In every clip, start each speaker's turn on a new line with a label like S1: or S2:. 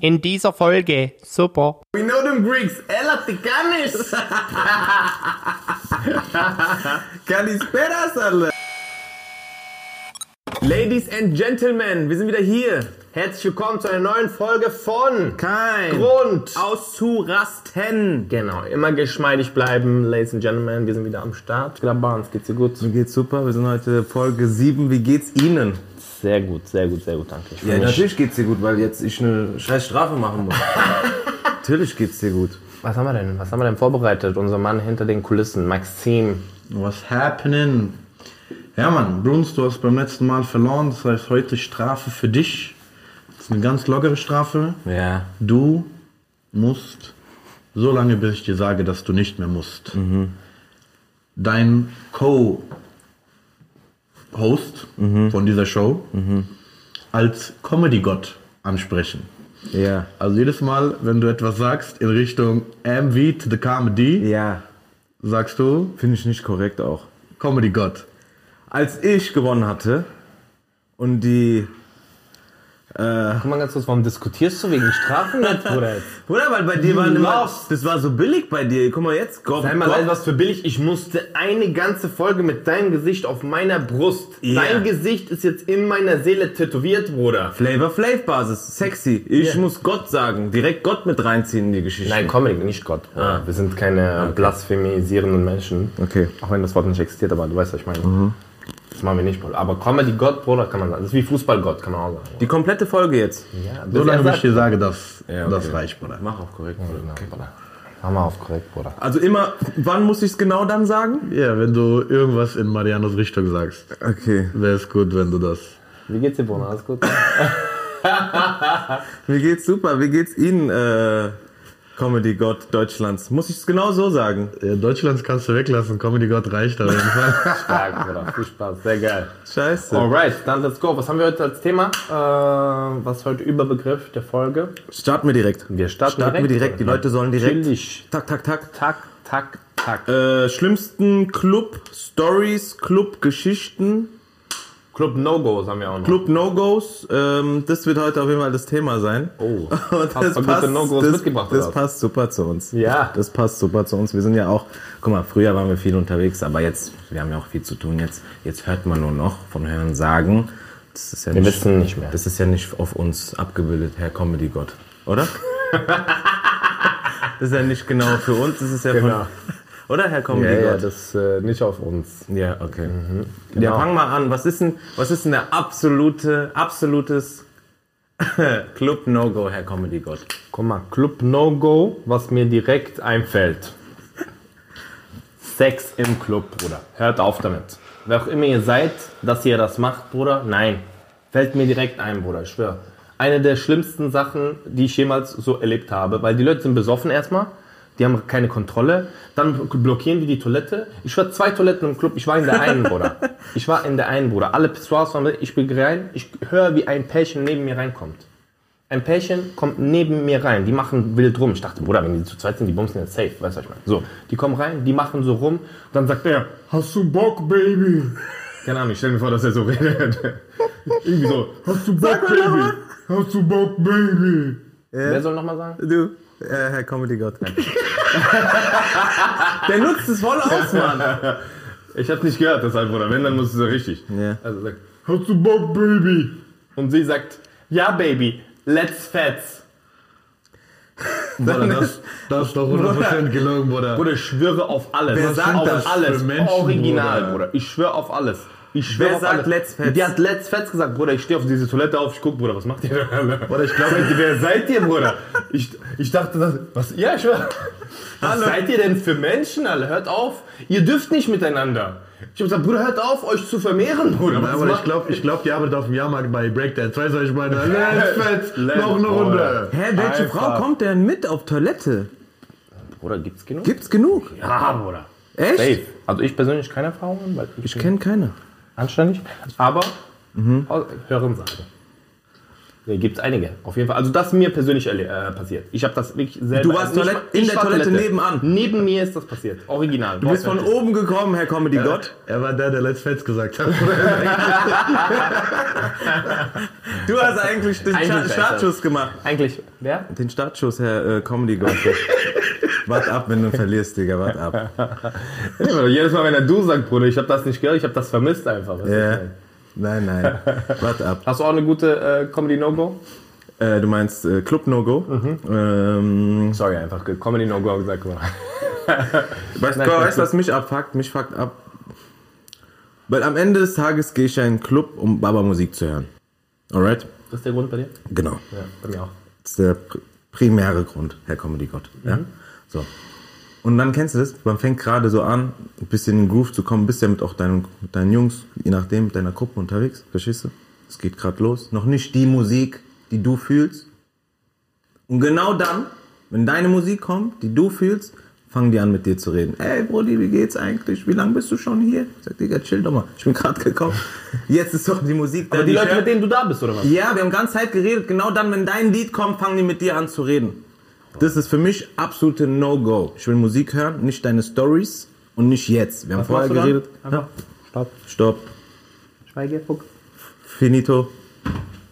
S1: in dieser Folge. Super.
S2: We know them Greeks. Elaticanes. Kalisperas, alle.
S3: Ladies and Gentlemen, wir sind wieder hier.
S2: Herzlich willkommen zu einer neuen Folge von
S3: Kein
S2: Grund.
S3: auszurasten.
S2: Genau, immer geschmeidig bleiben, Ladies and Gentlemen. Wir sind wieder am Start. Ich glaube, Barnes geht's dir gut.
S3: Mir geht's super, wir sind heute Folge 7. Wie geht's Ihnen?
S2: Sehr gut, sehr gut, sehr gut, danke. Ich
S3: Ja,
S2: freue mich.
S3: natürlich geht's dir gut, weil jetzt ich eine scheiß Strafe machen muss. natürlich geht's dir gut.
S2: Was haben wir denn? Was haben wir denn vorbereitet? Unser Mann hinter den Kulissen, Maxim.
S4: Was happening? Ja, Mann, Bruns, du hast beim letzten Mal verloren. Das heißt, heute Strafe für dich. Das ist eine ganz lockere Strafe.
S3: Ja.
S4: Du musst, so lange bis ich dir sage, dass du nicht mehr musst, dein Co-Host von dieser Show als Comedy-Gott ansprechen.
S3: Ja.
S4: Also jedes Mal, wenn du etwas sagst in Richtung MV to the Comedy,
S3: Ja.
S4: sagst du
S3: Finde ich nicht korrekt auch.
S4: Comedy-Gott.
S3: Als ich gewonnen hatte und die.
S2: Guck mal ganz kurz, warum diskutierst du wegen Strafen nicht, Bruder?
S3: Bruder, weil bei dir waren immer.
S2: Lost.
S3: Das war so billig bei dir. Guck mal jetzt. Gott,
S2: Sei mal
S3: Gott.
S2: leise, was für billig. Ich musste eine ganze Folge mit deinem Gesicht auf meiner Brust.
S3: Ja.
S2: Dein Gesicht ist jetzt in meiner Seele tätowiert, Bruder.
S3: Flavor Flav Basis. Sexy. Ich
S2: Ja.
S3: muss Gott sagen. Direkt Gott mit reinziehen in die Geschichte.
S2: Nein, Comedy, nicht Gott. Wir sind keine blasphemisierenden Menschen.
S3: Okay.
S2: Auch wenn das Wort nicht existiert, aber du weißt, was ich meine. Das machen wir nicht, Bruder. Aber Comedy Gott, Bruder, kann man sagen. Das ist wie Fußballgott, kann man auch sagen.
S3: Die komplette Folge jetzt.
S2: Ja,
S4: So lange bis ich dir sage, dass
S3: Ja,
S4: das
S3: okay.
S4: reicht, Bruder.
S3: Mach auch korrekt.
S2: Mach mal auf korrekt, Bruder.
S3: Also immer, wann muss ich es genau dann sagen?
S4: Ja, wenn du irgendwas in Marianos Richtung sagst,
S3: Okay.
S4: wäre es gut, wenn du das.
S2: Wie geht's dir, Bruder? Alles gut?
S3: Mir geht's super. Wie geht's Ihnen, äh, Comedy-Gott Deutschlands? Muss ich es genau so sagen?
S4: Ja, Deutschlands kannst du weglassen, Comedy Gott reicht auf jeden Fall.
S2: Stark, Bruder. Viel Spaß. Sehr geil.
S3: Scheiße.
S2: Alright, dann let's go. Was haben wir heute als Thema? Äh, was ist heute Überbegriff der Folge?
S3: Starten wir direkt.
S2: Wir starten,
S3: Starten wir direkt. Die Leute sollen direkt.
S2: Natürlich.
S3: Tak, tak, tak.
S2: Tack, tack, tack.
S3: Äh, schlimmsten Club-Stories, Club-Geschichten,
S2: Club No-Gos haben wir auch noch.
S3: Club-No-Gos. Ähm, das wird heute auf jeden Fall das Thema sein.
S2: Oh.
S3: Und
S2: Hast du gute No-Gos
S3: das,
S2: mitgebracht, oder
S3: das
S2: was?
S3: passt super zu uns.
S2: Ja.
S3: Das passt super zu uns. Wir sind ja auch, guck mal, früher waren wir viel unterwegs, aber jetzt, wir haben ja auch viel zu tun. Jetzt, jetzt hört man nur noch von Hören sagen. Das ist ja
S2: Wir
S3: nicht,
S2: wissen nicht mehr.
S3: Das ist ja nicht auf uns abgebildet, Herr Comedy Gott, oder? das ist ja nicht genau für uns, das ist ja
S2: Genau.
S3: von, oder Herr Comedy
S2: Ja,
S3: Gott?
S2: ja, das Mhm. ist äh, nicht auf uns. Genau.
S3: Ja, okay. Ja, fang mal an. Was ist denn, was ist denn der absolute, absolutes Club No-Go, Herr Comedy Gott?
S2: Guck mal, Club No-Go, was mir direkt einfällt. Sex im Club, Bruder. Hört auf damit. Wer auch immer ihr seid, dass ihr das macht, Bruder, nein. Fällt mir direkt ein, Bruder, ich schwöre. Eine der schlimmsten Sachen, die ich jemals so erlebt habe, weil die Leute sind besoffen erstmal, die haben keine Kontrolle, dann blockieren die die Toilette. Ich war zwei Toiletten im Club, ich war in der einen, Bruder. Ich war in der einen, Bruder. Alle Pissoirs waren, ich bin rein, ich höre, wie ein Pärchen neben mir reinkommt. Ein Pärchen kommt neben mir rein, die machen wild rum. Ich dachte, Bruder, wenn die zu zweit sind, die bumsen jetzt safe, weißt du, was ich meine? So, die kommen rein, die machen so rum, und dann sagt er,
S4: Hast du Bock, Baby?
S2: keine Ahnung, ich stell mir vor, dass er so redet. Irgendwie so,
S4: Hast du Bock, Baby? Hast du Bock, Baby?
S2: wer soll nochmal sagen?
S3: Du, äh, Herr Comedy Gott. Der nutzt es voll aus, Mann.
S2: Ich hab's nicht gehört, deshalb, Bruder, wenn, dann muss es ja richtig.
S3: Ja.
S2: Also sagt,
S4: Hast du Bock, Baby?
S2: und sie sagt, ja, Baby, let's fetz.
S4: Bruder, das, das ist doch 100% gelogen, Bruder.
S2: Bruder, ich schwöre auf alles.
S3: Wer
S2: Was
S3: sagt
S2: auf
S3: das
S2: alles.
S4: für Menschen,
S2: Original, Bruder.
S4: Bruder?
S2: Ich schwöre auf alles. Ich schwöre
S3: Wer
S2: auf
S3: sagt
S2: alles.
S3: Let's Fetz?
S2: Die hat Let's Fetz gesagt, Bruder, ich stehe auf diese Toilette auf, ich guck, Bruder, was macht ihr da? Bruder,
S4: ich glaub-
S2: wer seid ihr, Bruder? Ich, ich dachte, das, was, ja, ich schwöre. Was seid ihr denn für Menschen, alle? Hört auf. Ihr dürft nicht miteinander. Ich hab gesagt, Bruder, hört auf, euch zu vermehren, Bruder.
S4: Ja,
S2: Was
S4: aber ich
S2: macht-
S4: glaube, ich glaub, die arbeitet auf dem Jahrmarkt bei Breakdance. Weißt du, was ich meine? Let's fetz,
S2: Let's-
S4: noch eine Runde.
S3: Hä, welche
S2: Einfach.
S3: Frau kommt denn mit auf Toilette?
S2: Bruder, gibt's genug?
S3: Gibt's genug?
S2: Ja, Bruder.
S3: Echt?
S2: Safe. Also ich persönlich keine Erfahrung, weil ich
S3: Ich kenne keine.
S2: anständig, aber mhm. hören sagen. Nee, gibt es einige. Auf jeden Fall. Also das ist mir persönlich erle- äh, passiert. Ich habe das wirklich selber.
S3: Du warst
S2: nicht
S3: Toilette-
S2: mal-
S3: in
S2: ich
S3: der
S2: war
S3: Toilette nebenan.
S2: Neben mir ist das passiert. Original.
S3: Du bist von oben gekommen, Herr Comedy Gott.
S4: Er war der, der let's Fetz gesagt hat.
S3: Du hast eigentlich den
S2: Eigentlich
S3: Scha
S2: besser.
S3: Startschuss gemacht.
S2: Eigentlich. Wer?
S3: Den Startschuss, Herr äh, Comedy Gott. wart ab, wenn du verlierst, Digga, wart ab.
S2: Jedes Mal, wenn er du sagt, Bruder, ich habe das nicht gehört, ich habe das vermisst einfach. Das ist
S3: Ja.
S2: geil.
S3: Nein, nein, wart ab.
S2: Hast du auch eine gute äh, Comedy No-Go?
S3: Äh, du meinst äh, Club No Go?
S2: Mhm.
S3: Ähm,
S2: Sorry, einfach ge- Comedy No-Go gesagt. Mal.
S3: Weißt
S2: Nein,
S3: du,
S2: ich weiß
S3: weißt, was mich abfuckt? Mich fuckt ab. Weil am Ende des Tages gehe ich ja in den Club, um Baba-Musik zu hören. Alright?
S2: Das ist der Grund bei dir?
S3: Genau.
S2: Ja, bei mir auch.
S3: Das ist der pr- primäre Grund, Herr Comedy Gott. Ja?
S2: Mhm.
S3: So. Und dann kennst du das, man fängt gerade so an, ein bisschen in den Groove zu kommen, bist ja mit auch deinen, mit deinen Jungs, je nachdem, mit deiner Gruppe unterwegs, verstehst du? Es geht gerade los. Noch nicht die Musik, die du fühlst. Und genau dann, wenn deine Musik kommt, die du fühlst, fangen die an mit dir zu reden. Ey, Brudi, wie geht's eigentlich? Wie lange bist du schon hier? Ich sag, Digga, chill doch mal. Ich bin gerade gekommen. Jetzt ist doch die Musik da.
S2: Aber die
S3: ich
S2: Leute,
S3: hör-
S2: mit denen du da bist, oder was?
S3: ja, wir haben ganze Zeit geredet. Genau dann, wenn dein Lied kommt, fangen die mit dir an zu reden. Das ist für mich absolute No-Go. Ich will Musik hören, nicht deine Stories und nicht jetzt. Wir haben vorher
S2: machst du dann?
S3: geredet. Ja.
S2: Stopp.
S3: Stopp.
S1: Schweige, guck.
S3: Finito.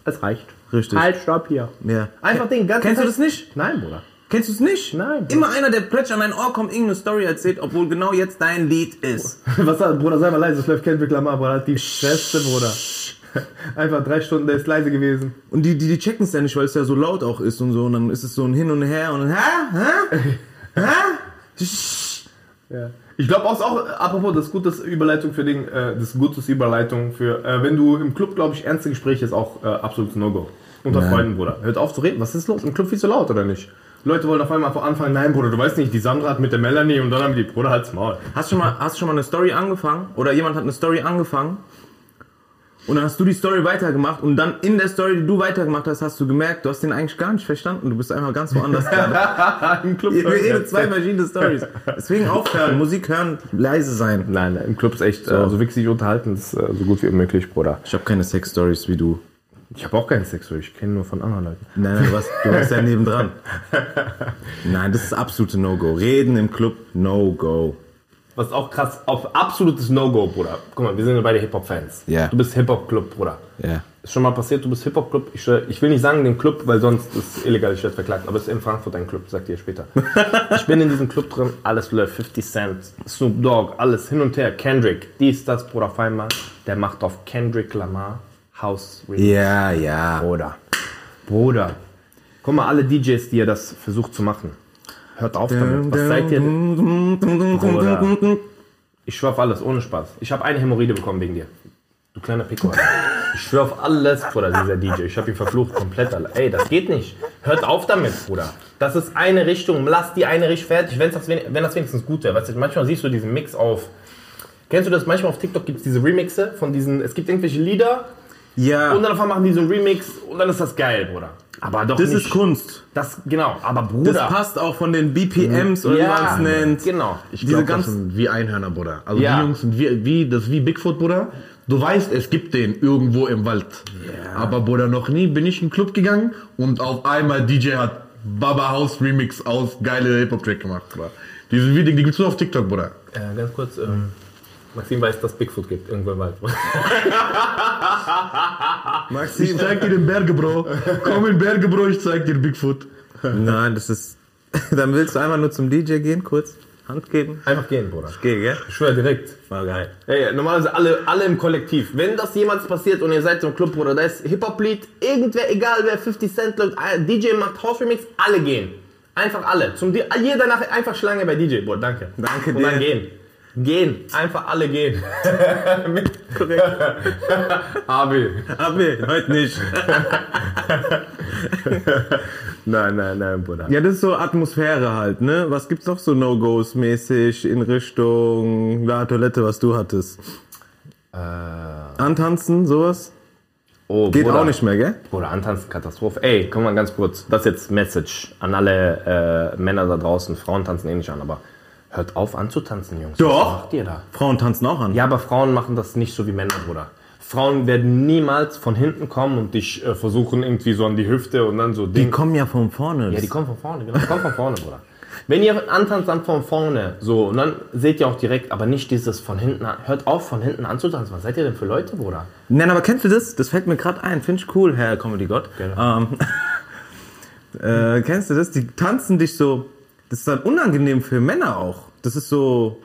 S1: Es reicht.
S3: Richtig.
S1: Halt, stopp hier.
S3: Ja.
S1: Einfach den ganzen
S3: Kennst du das
S1: Tag-
S3: nicht?
S2: Nein, Bruder.
S3: Kennst du es nicht?
S2: Nein.
S3: Immer einer, der plötzlich an dein Ohr kommt, irgendeine Story erzählt, obwohl genau jetzt dein Lied ist.
S2: Was hat, Bruder, sei mal leise, es läuft Kendrick Lamar, Bruder, die beste, Bruder. Einfach drei Stunden, der ist leise gewesen.
S3: Und die, die, die checken es ja nicht, weil es ja so laut auch ist und so. Und dann ist es so ein Hin und Her und dann, hä? Hä?
S2: Ja. Ich glaube auch, auch, äh, apropos, das ist gutes Überleitung für den, äh, das ist gutes Überleitung für, äh, wenn du im Club, glaube ich, ernste Gespräche ist auch äh, absolutes No-Go. Unter
S3: Nein.
S2: Freunden, Bruder. Hört auf zu reden, was ist los? Im Club viel zu laut, oder nicht? Leute wollen auf einmal anfangen, nein, Bruder, du weißt nicht, die Sandra hat mit der Melanie und dann haben die Bruder halt's Maul.
S3: Hast du schon mal, hast du schon mal eine Story angefangen? Oder jemand hat eine Story angefangen? Und dann hast du die Story weitergemacht und dann in der Story, die du weitergemacht hast, hast du gemerkt, du hast den eigentlich gar nicht verstanden. Du bist einfach ganz woanders gerade.
S2: Im Club
S3: Wir reden zwei verschiedene Stories. Deswegen aufhören, Musik hören, leise sein.
S2: Nein, im Club ist echt so, äh, so wichtig unterhalten, ist äh, so gut wie möglich, Bruder.
S3: Ich habe keine Sex-Stories wie du.
S2: Ich habe auch keinen Sex, Bruder, ich kenne nur von anderen Leuten.
S3: Nein, nein, du warst, du warst ja nebendran. Nein, das ist absolute No-Go. Reden im Club, No-Go.
S2: Was auch krass, auf absolutes No-Go, Bruder. Guck mal, wir sind ja beide Hip-Hop-Fans.
S3: Ja.
S2: Du bist Hip-Hop-Club, Bruder.
S3: Ja.
S2: Ist schon mal passiert, du bist Hip-Hop-Club. Ich, schwör, ich will nicht sagen den Club, weil sonst ist illegal, ich werde verklagt. Aber es ist in Frankfurt ein Club, sagt ihr später. ich bin in diesem Club drin, alles läuft, 50 Cent, Snoop Dogg, alles hin und her. Kendrick, dies, das, Bruder Feinmann. Der macht auf Kendrick Lamar House Remix.
S3: Ja, ja.
S2: Bruder. Bruder. Guck mal, alle DJs, die ihr das versucht zu machen. Hört auf damit. Was seid ihr denn? Bruder. Ich schwör auf alles, ohne Spaß. Ich habe eine Hämorrhoide bekommen wegen dir. Du kleiner Pico. Alter. Ich schwör auf alles, Bruder, dieser DJ. Ich habe ihn verflucht, komplett. Alter. Ey, das geht nicht. Hört auf damit, Bruder. Das ist eine Richtung. Lass die eine Richtung fertig, wenn's das, wen- wenn das wenigstens gut wäre. Weißt du, manchmal siehst du diesen Mix auf. Kennst du das? Manchmal auf TikTok gibt es diese Remixe von diesen. Es gibt irgendwelche Lieder
S3: Ja,
S2: und dann auf einmal machen die so einen Remix und dann ist das geil, Bruder. Aber doch
S3: das
S2: nicht.
S3: ist Kunst.
S2: Das, genau. Aber
S3: Das
S2: Bruder.
S3: passt auch von den BPMs oder wie man es nennt.
S2: Genau.
S4: Ich
S3: Diese
S4: glaube, das
S3: ganzen.
S4: sind wie Einhörner, Bruder. Also
S2: Ja.
S4: die Jungs sind wie, wie, das ist wie Bigfoot, Bruder. Du weißt, es gibt den irgendwo im Wald. Aber, Bruder, noch nie bin ich in den Club gegangen und auf einmal DJ hat Baba House Remix aus geile Hip-Hop-Track gemacht, Bruder. Diese Video, die gibt's nur auf TikTok, Bruder.
S2: Äh, ganz kurz. Ähm, Maxim weiß, dass Bigfoot gibt irgendwo im Wald.
S4: Ich zeig dir den Berge, Bro. Komm in Berge, Bro, ich zeig dir Bigfoot.
S3: Nein, das ist. Dann willst du einmal nur zum DJ gehen, kurz Hand geben.
S2: Einfach gehen, Bruder.
S3: Geh, gell?
S2: Ich schwör direkt.
S3: War geil.
S2: Ey, normalerweise alle, alle im Kollektiv. Wenn das jemals passiert und ihr seid im Club, Bruder, da ist Hip-Hop-Lied, irgendwer, egal wer, 50 Cent, läuft, ein DJ macht House-Remix, alle gehen. Einfach alle. Zum, Di- jeder nach, einfach Schlange bei DJ, Bruder, danke.
S3: Danke
S2: Und dann
S3: dir.
S2: gehen. Gehen. Einfach alle gehen.
S3: Korrekt.
S2: Abel.
S3: Aber heute nicht.
S2: Nein, nein, nein, Bruder.
S3: Ja, das ist so Atmosphäre halt, ne? Was gibt's noch so No-Gos mäßig in Richtung La Toilette, was du hattest? Antanzen, sowas?
S2: Oh,
S3: Geht
S2: Bruder.
S3: auch nicht mehr, gell?
S2: Bruder, Antanzen, Katastrophe. Ey, komm mal ganz kurz. Das ist jetzt Message an alle äh, Männer da draußen. Frauen tanzen eh nicht an, aber hört auf anzutanzen, Jungs.
S3: Doch.
S2: Was macht ihr da?
S3: Frauen tanzen auch an.
S2: Ja, aber Frauen machen das nicht so wie Männer, Bruder. Frauen werden niemals von hinten kommen und dich äh, versuchen irgendwie so an die Hüfte und dann so
S3: Die
S2: Ding.
S3: kommen ja von vorne.
S2: ja, die kommen von vorne, genau, die kommen von vorne, Bruder. Wenn ihr antanzt, dann von vorne, so, und dann seht ihr auch direkt, aber nicht dieses von hinten an. Hört auf, von hinten anzutanzen. Was seid ihr denn für Leute, Bruder?
S3: Nein, aber kennst du das? Das fällt mir gerade ein. Finde ich cool, Herr Comedy Gott.
S2: Gerne.
S3: Ähm, äh, kennst du das? Die tanzen dich so. Das ist dann unangenehm für Männer auch. Das ist so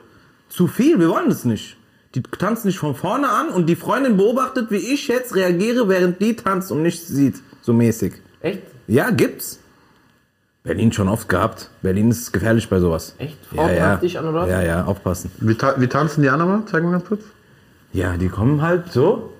S3: zu viel. Wir wollen das nicht. Die tanzen dich von vorne an und die Freundin beobachtet, wie ich jetzt reagiere, während die tanzt und nichts sieht. So mäßig.
S2: Echt?
S3: Ja, gibt's. Berlin schon oft gehabt. Berlin ist gefährlich bei sowas.
S2: Echt? Frau
S3: Ja, ja.
S2: tanzt dich an, oder?
S3: ja, ja, aufpassen.
S4: Wie, ta wie tanzen die anderen mal? Zeig mal ganz kurz.
S3: Ja, die kommen halt so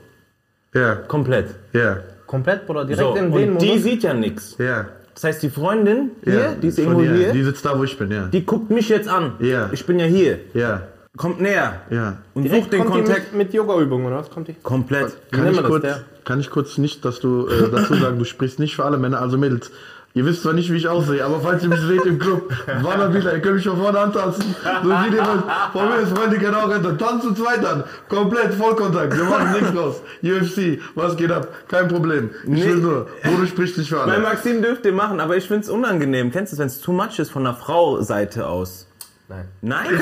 S4: Ja,
S3: komplett.
S4: ja,
S2: Komplett, Bruder, direkt
S3: So,
S2: in den ne?
S3: und die
S2: Modus.
S3: sieht ja nichts.
S4: ja.
S3: Das heißt, die Freundin hier,
S4: ja.
S3: die ist
S4: Von
S3: irgendwo
S4: ihr.
S3: hier,
S4: Die
S3: die,
S4: sitzt da, wo ich bin, ja.
S3: guckt mich jetzt an.
S4: Ja.
S3: Ich bin ja hier.
S4: Ja,
S3: Kommt näher
S4: ja.
S3: und sucht den
S2: kommt die
S3: Kontakt.
S2: Mit, Äh, mit Yoga-Übungen, oder was kommt die?
S3: Komplett.
S4: Kann
S2: nennen
S4: ich,
S2: wir das,
S4: kurz,
S2: der?
S4: kann ich kurz nicht, dass du äh, dazu sagen, du sprichst nicht für alle Männer, also Mädels. Ihr wisst zwar nicht, wie ich aussehe, aber falls ihr mich seht im Club, Wanderbieter, ihr könnt mich von vorne antanzen. So wie ihr wollt. Von mir ist Freunde genau retten. Tanzen zu zweit an. Komplett Vollkontakt. Wir machen nichts raus. UFC, was geht ab? Kein Problem. Ich will nur, Bodo spricht nicht für
S3: Bei
S4: alle.
S3: Maxim dürft ihr machen, aber ich find's unangenehm. Kennst du es, wenn's too much ist von der Frau-Seite aus?
S2: Nein.
S3: Nein?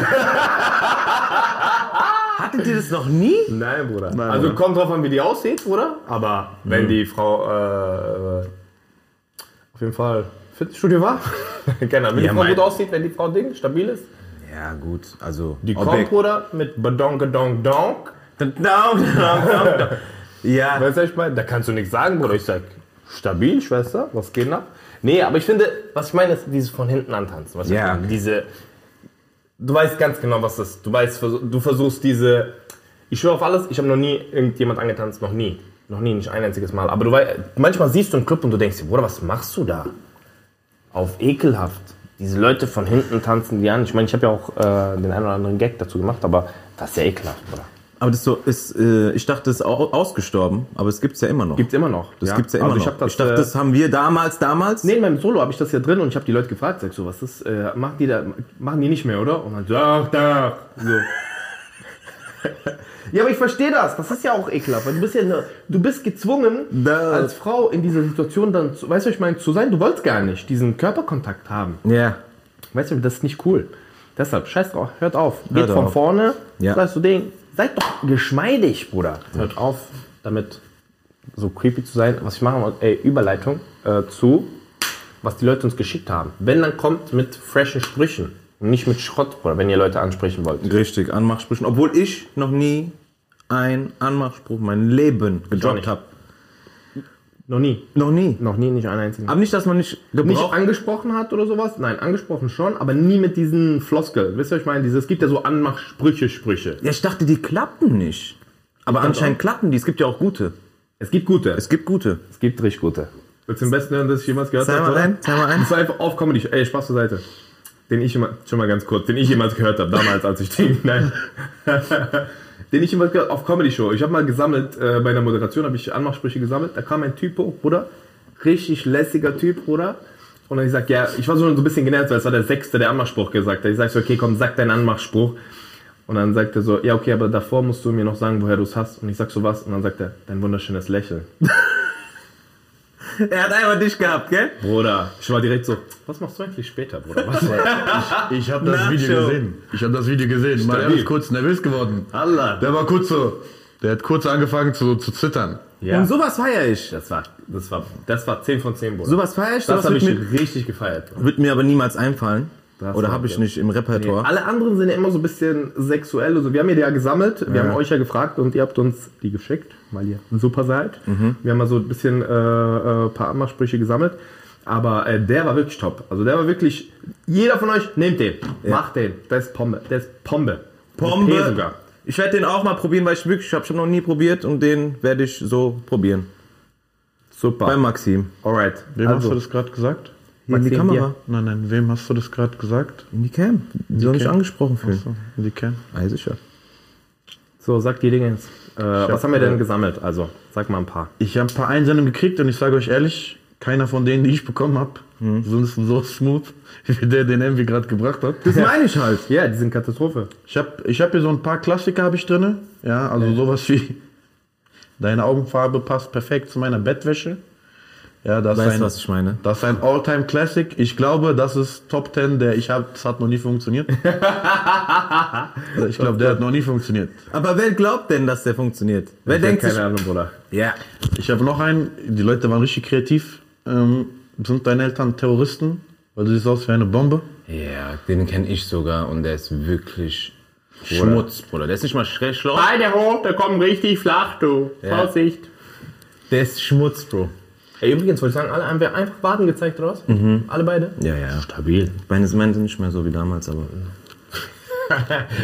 S3: Hattet ihr das noch nie?
S2: Nein, Bruder.
S4: Also
S2: also kommt drauf an, wie die aussieht, Bruder. Aber wenn die Frau äh, auf jeden Fall Fitnessstudio war, keine Ahnung, wenn
S3: Ja,
S2: die Frau
S3: mein-
S2: gut aussieht, wenn die Frau Ding stabil ist,
S3: Ja, gut, also.
S2: die kommt, Bruder, mit Badonkedonk.
S3: Ja,
S2: Weißt du, was ich meine? Da kannst du nichts sagen, Bruder. Ich sag, stabil, Schwester, was geht denn ab? Nee, aber ich finde, was ich meine, ist dieses von hinten antanzen. Was
S3: Ja.
S2: ich meine, diese, du weißt ganz genau, was das ist. Du weißt, versu- du versuchst diese, ich schwöre auf alles, ich habe noch nie irgendjemand angetanzt, noch nie. Noch nie, nicht ein einziges Mal. Aber du weißt, manchmal siehst du einen Club und du denkst dir, Bruder, was machst du da? Auf ekelhaft. Diese Leute von hinten tanzen die an. Ich meine, ich habe ja auch äh, den einen oder anderen Gag dazu gemacht, aber das ist ja ekelhaft, Bruder.
S3: aber das so ist, äh, ich dachte, es ist au- ausgestorben, aber es gibt's ja immer noch.
S2: Gibt's immer noch.
S3: das gibt's ja immer
S2: also
S3: noch.
S2: Ich, hab das,
S3: dachte,
S2: äh,
S3: das haben wir damals, damals.
S2: Nee, in meinem Solo habe ich das ja drin und ich habe die Leute gefragt, sag so, was ist, äh, machen die da, machen die nicht mehr, oder? Und dann, doch, doch. So. ja, aber ich verstehe das, das ist ja auch ekelhaft, weil du bist ja, eine, du bist gezwungen,
S3: Da-
S2: als Frau in dieser Situation dann, zu, weißt du, was ich meine, zu sein, du wolltest gar nicht diesen Körperkontakt haben.
S3: Ja.
S2: Weißt du, das ist nicht cool. Deshalb, scheiß drauf, hört auf. Geht
S3: Hört
S2: von
S3: auf.
S2: vorne,
S3: Ja.
S2: sagst du Ding, seid doch geschmeidig, Bruder. Hört auf, damit so creepy zu sein. Was ich machen wollte, ey, Überleitung äh, zu, was die Leute uns geschickt haben. Wenn, dann kommt mit freshen Sprüchen und nicht mit Schrott, Bruder, wenn ihr Leute ansprechen wollt.
S3: Richtig, Anmachsprüchen. Obwohl ich noch nie einen Anmachspruch mein Leben gedroppt
S2: nicht.
S3: habe.
S2: Noch nie.
S3: Noch nie.
S2: Noch nie, nicht einen einzigen.
S3: Aber nicht, dass man nicht gebraucht.
S2: angesprochen hat oder sowas? Nein, angesprochen schon, aber nie mit diesen Floskeln. Wisst ihr, was ich meine? Dieses, es gibt ja so Anmachsprüche, Sprüche.
S3: ja, ich dachte, die klappen nicht. Aber anscheinend klappen die. Es gibt ja auch gute.
S2: Es gibt gute.
S3: Es gibt gute.
S2: Es gibt richtig gute. Willst du den besten hören, das ich jemals gehört
S3: Zeig
S2: habe?
S3: mal
S2: oder?
S3: rein, zeig mal rein.
S2: Das war einfach auf Comedy. Ey, Spaß zur Seite. Den ich immer, schon mal ganz kurz, den ich jemals gehört habe, damals, als ich den, nein. den ich jemals gehört auf Comedy Show. Ich habe mal gesammelt, äh, bei einer Moderation habe ich Anmachsprüche gesammelt. Da kam ein Typ hoch, Bruder. Richtig lässiger Typ, Bruder. Und dann ich sag, ja, ich war so so ein bisschen genervt, weil es war der Sechste, der Anmachspruch gesagt hat. Ich sag so, okay, komm, sag deinen Anmachspruch. Und dann sagt er so, ja, okay, aber davor musst du mir noch sagen, woher du es hast. Und ich sag so was. Und dann sagt er, dein wunderschönes Lächeln.
S3: Er hat einmal dich gehabt, gell?
S2: Bruder, ich war direkt so, was machst du eigentlich später, Bruder? Was?
S4: Ich habe das
S3: Nacho.
S4: Video gesehen. Ich habe das Video gesehen. Mariano ist kurz nervös geworden.
S2: Allah.
S4: Der war kurz so. Der hat kurz angefangen zu, zu zittern.
S2: Ja,
S3: Und sowas feiere ich.
S2: das war, das war, das war 10 von 10, Bruder.
S3: Sowas feiere ich.
S2: das
S3: Sowas
S2: habe
S3: wird
S2: ich
S3: mir,
S2: richtig gefeiert.
S3: wird mir aber niemals einfallen. Oder
S2: war
S3: habe ich
S2: okay.
S3: nicht im Repertoire.
S2: Alle anderen sind ja immer so ein bisschen sexuell. Also wir haben ja die ja gesammelt, wir haben euch ja gefragt und ihr habt uns die geschickt, weil ihr super seid. Wir haben mal so ein bisschen äh, äh, paar Anmachsprüche gesammelt. Aber äh, der war wirklich top. Also der war wirklich. Jeder von euch nehmt den. Macht den. Der ist Pombe. Der ist Pombe.
S3: Pombe.
S2: Mit P also sogar.
S3: Ich werde den auch mal probieren, weil ich wirklich, ich habe schon noch nie probiert und den werde ich so probieren. Bei
S2: Super.
S3: Maxim.
S2: Alright.
S4: Wem hast
S2: Also,
S4: du das gerade gesagt?
S3: Hier in die
S2: Maxim,
S3: Kamera.
S4: Nein, nein, wem hast du das gerade gesagt?
S3: In die Cam. Die soll nicht
S4: Cam.
S3: angesprochen fühlen.
S4: So, die kennen.
S3: Ah, sicher.
S2: So, sag die Dinge jetzt. Äh, was
S4: hab,
S2: haben wir
S4: äh,
S2: denn gesammelt? Also, sag mal ein paar.
S4: Ich habe ein paar Einsendungen gekriegt und ich sage euch ehrlich, keiner von denen, die ich bekommen habe,
S3: Hm.
S4: sind so smooth, wie der, den Envy gerade gebracht hat.
S3: Das meine ich halt.
S2: Ja, die sind Katastrophe.
S4: Ich habe ich hab hier so ein paar Klassiker habe ich drinne. Ja, also sowas wie Deine Augenfarbe passt perfekt zu meiner Bettwäsche. Ja, das ist
S3: Weißt
S4: ein,
S3: du, was ich meine?
S4: das ist ein All-Time Classic. Ich glaube, das ist Top 10, der ich habe. Das hat noch nie funktioniert. Also ich glaube, der hat noch nie funktioniert.
S3: Aber wer glaubt denn, dass der funktioniert? Wer denkt
S2: keine
S3: sich,
S2: Ahnung, Bruder.
S3: ja,
S4: Ich habe noch einen. Die Leute waren richtig kreativ. Ähm, sind deine Eltern Terroristen? Weil du siehst aus wie eine Bombe.
S3: Ja, den kenne ich sogar und der ist wirklich Schmutz, Bruder. Der ist nicht mal schräg schlau.
S2: Bei der Ho, der kommt richtig flach, du.
S3: Ja.
S2: Vorsicht.
S3: Der ist Schmutz, Bro.
S2: Ey, übrigens wollte ich sagen, alle haben wir einfach Waden gezeigt raus. Alle beide.
S3: Ja, ja.
S2: Stabil.
S3: Meine Männer sind nicht mehr so wie damals, aber.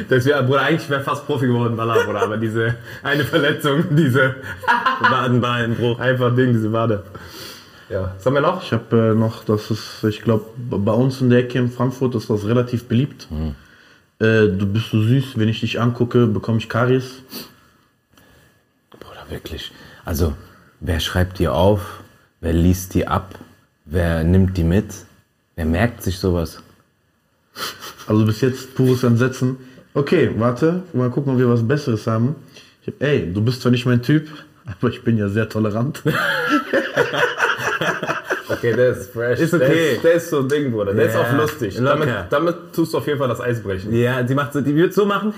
S2: Das wär, Bruder, eigentlich wäre fast Profi geworden, Baller, Bruder, aber diese eine Verletzung, diese
S3: Wadenbeinbruch.
S2: einfach Ding, diese Wade. Ja, was haben wir noch?
S4: Ich habe äh, noch, das ist, ich glaube, bei uns in der Ecke in Frankfurt ist das relativ beliebt. Äh, du bist so süß, wenn ich dich angucke, bekomme ich Karies.
S3: Bruder, wirklich. Also, wer schreibt die auf? Wer liest die ab? Wer nimmt die mit? Wer merkt sich sowas?
S4: Also bis jetzt pures Entsetzen. Okay, warte, mal gucken, ob wir was Besseres haben. Ich hab, ey, du bist zwar nicht mein Typ, aber ich bin ja sehr tolerant.
S2: Okay, der ist fresh.
S3: Ist
S2: Der
S3: okay.
S2: ist, der ist so ein Ding, Bruder. Der ist
S3: Ja,
S2: auch lustig.
S3: locker.
S2: Damit, damit tust du auf jeden Fall das Eis brechen.
S3: Ja, die macht so, die wird so machen.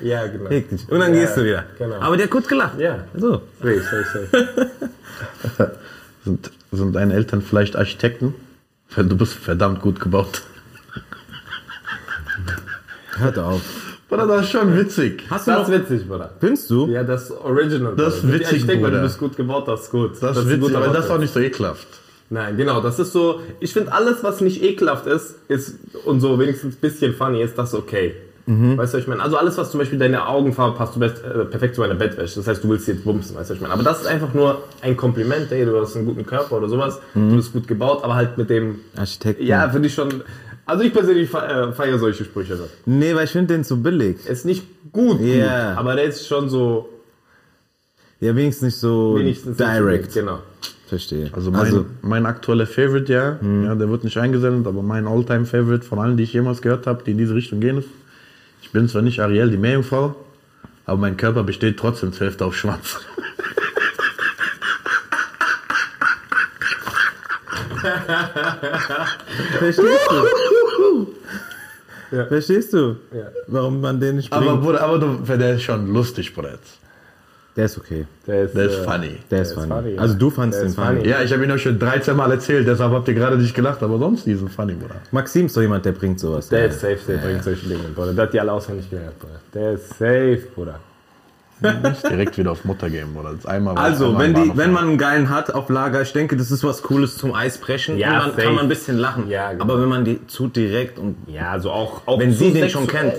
S2: Ja, genau.
S3: Richtig. Und dann
S2: Ja,
S3: gehst du wieder.
S2: genau.
S3: Aber der hat kurz gelacht.
S2: Ja.
S3: So.
S2: Safe, safe, safe.
S4: Sind, sind deine Eltern vielleicht Architekten? Weil Du bist verdammt gut gebaut.
S3: Hört auf.
S4: Bruder, das ist schon witzig.
S3: Hast du
S2: Das
S3: noch,
S2: ist witzig, Bruder.
S3: findest du?
S2: Ja, das ist Original.
S4: Das ist
S2: Bruder.
S4: witzig,
S2: Ich denke mal, du
S4: Bruder.
S2: bist gut gebaut, das ist gut.
S4: Das,
S2: ist
S4: ist
S2: ein
S4: witzig,
S2: guter
S4: aber das ist auch
S2: Podcast.
S4: nicht so ekelhaft.
S2: Nein, genau, das ist so, ich finde alles, was nicht ekelhaft ist, ist und so wenigstens ein bisschen funny ist, das ist okay.
S4: Mhm.
S2: Weißt du, was ich meine? Also alles, was zum Beispiel deine Augenfarbe passt, du bist äh, perfekt zu meiner Bettwäsche. Das heißt, du willst jetzt bumsen, weißt du, was ich meine? Aber das ist einfach nur ein Kompliment, ey, du hast einen guten Körper oder sowas,
S4: Mhm.
S2: du bist gut gebaut, aber halt mit dem,
S3: Architekten.
S2: ja, finde ich schon, also ich persönlich fe- äh, feiere solche Sprüche.
S3: Nee, weil ich finde den zu billig.
S2: Ist nicht gut,
S3: Ja.
S2: gut aber der ist schon so
S3: Ja, wenigstens nicht so
S2: wenigstens...
S3: direct.
S2: Genau.
S3: Verstehe.
S4: Also Hm. mein, mein aktueller Favorite, ja, ja, der wird nicht eingesendet, aber mein Alltime Favorite von allen, die ich jemals gehört habe, die in diese Richtung gehen, ist, ich bin zwar nicht Ariel, die Meerjungfrau, aber mein Körper besteht trotzdem zur Hälfte auf Schwanz.
S3: verstehst du?
S2: Ja.
S3: Verstehst du?
S2: Ja.
S3: Warum man den nicht bringt?
S4: Aber, Bruder, aber du, der ist schon lustig, Bruder. jetzt.
S3: der ist okay.
S2: Der ist,
S4: Der ist
S2: äh,
S4: funny.
S3: Der ist
S2: ist
S3: funny.
S2: funny, ja.
S3: Also du fandst
S2: Der
S3: den
S2: ist
S3: funny.
S2: funny.
S4: Ja, ich habe ihn euch schon 13 Mal erzählt, deshalb habt ihr gerade nicht gelacht, aber sonst die sind funny, Bruder.
S3: Maxim ist doch jemand, der bringt sowas.
S2: Der ist safe, der bringt solche Dinge, Bruder. Der hat die alle auswendig gelernt, Bruder. Der ist safe, Bruder.
S4: Ist direkt wieder auf Mutter geben, Bruder. Das einmal war-
S3: Also,
S4: einmal
S3: wenn,
S4: war
S3: die,
S4: noch-
S3: wenn man einen geilen hat auf Lager, ich denke, das ist was Cooles zum Eisbrechen.
S2: Ja,
S3: und dann
S2: safe.
S3: kann man ein bisschen lachen.
S2: Ja, genau.
S3: Aber wenn man die zu direkt und
S2: Ja, so auch. auch
S3: wenn
S2: zu
S3: sie den
S2: sexuell-
S3: schon kennt.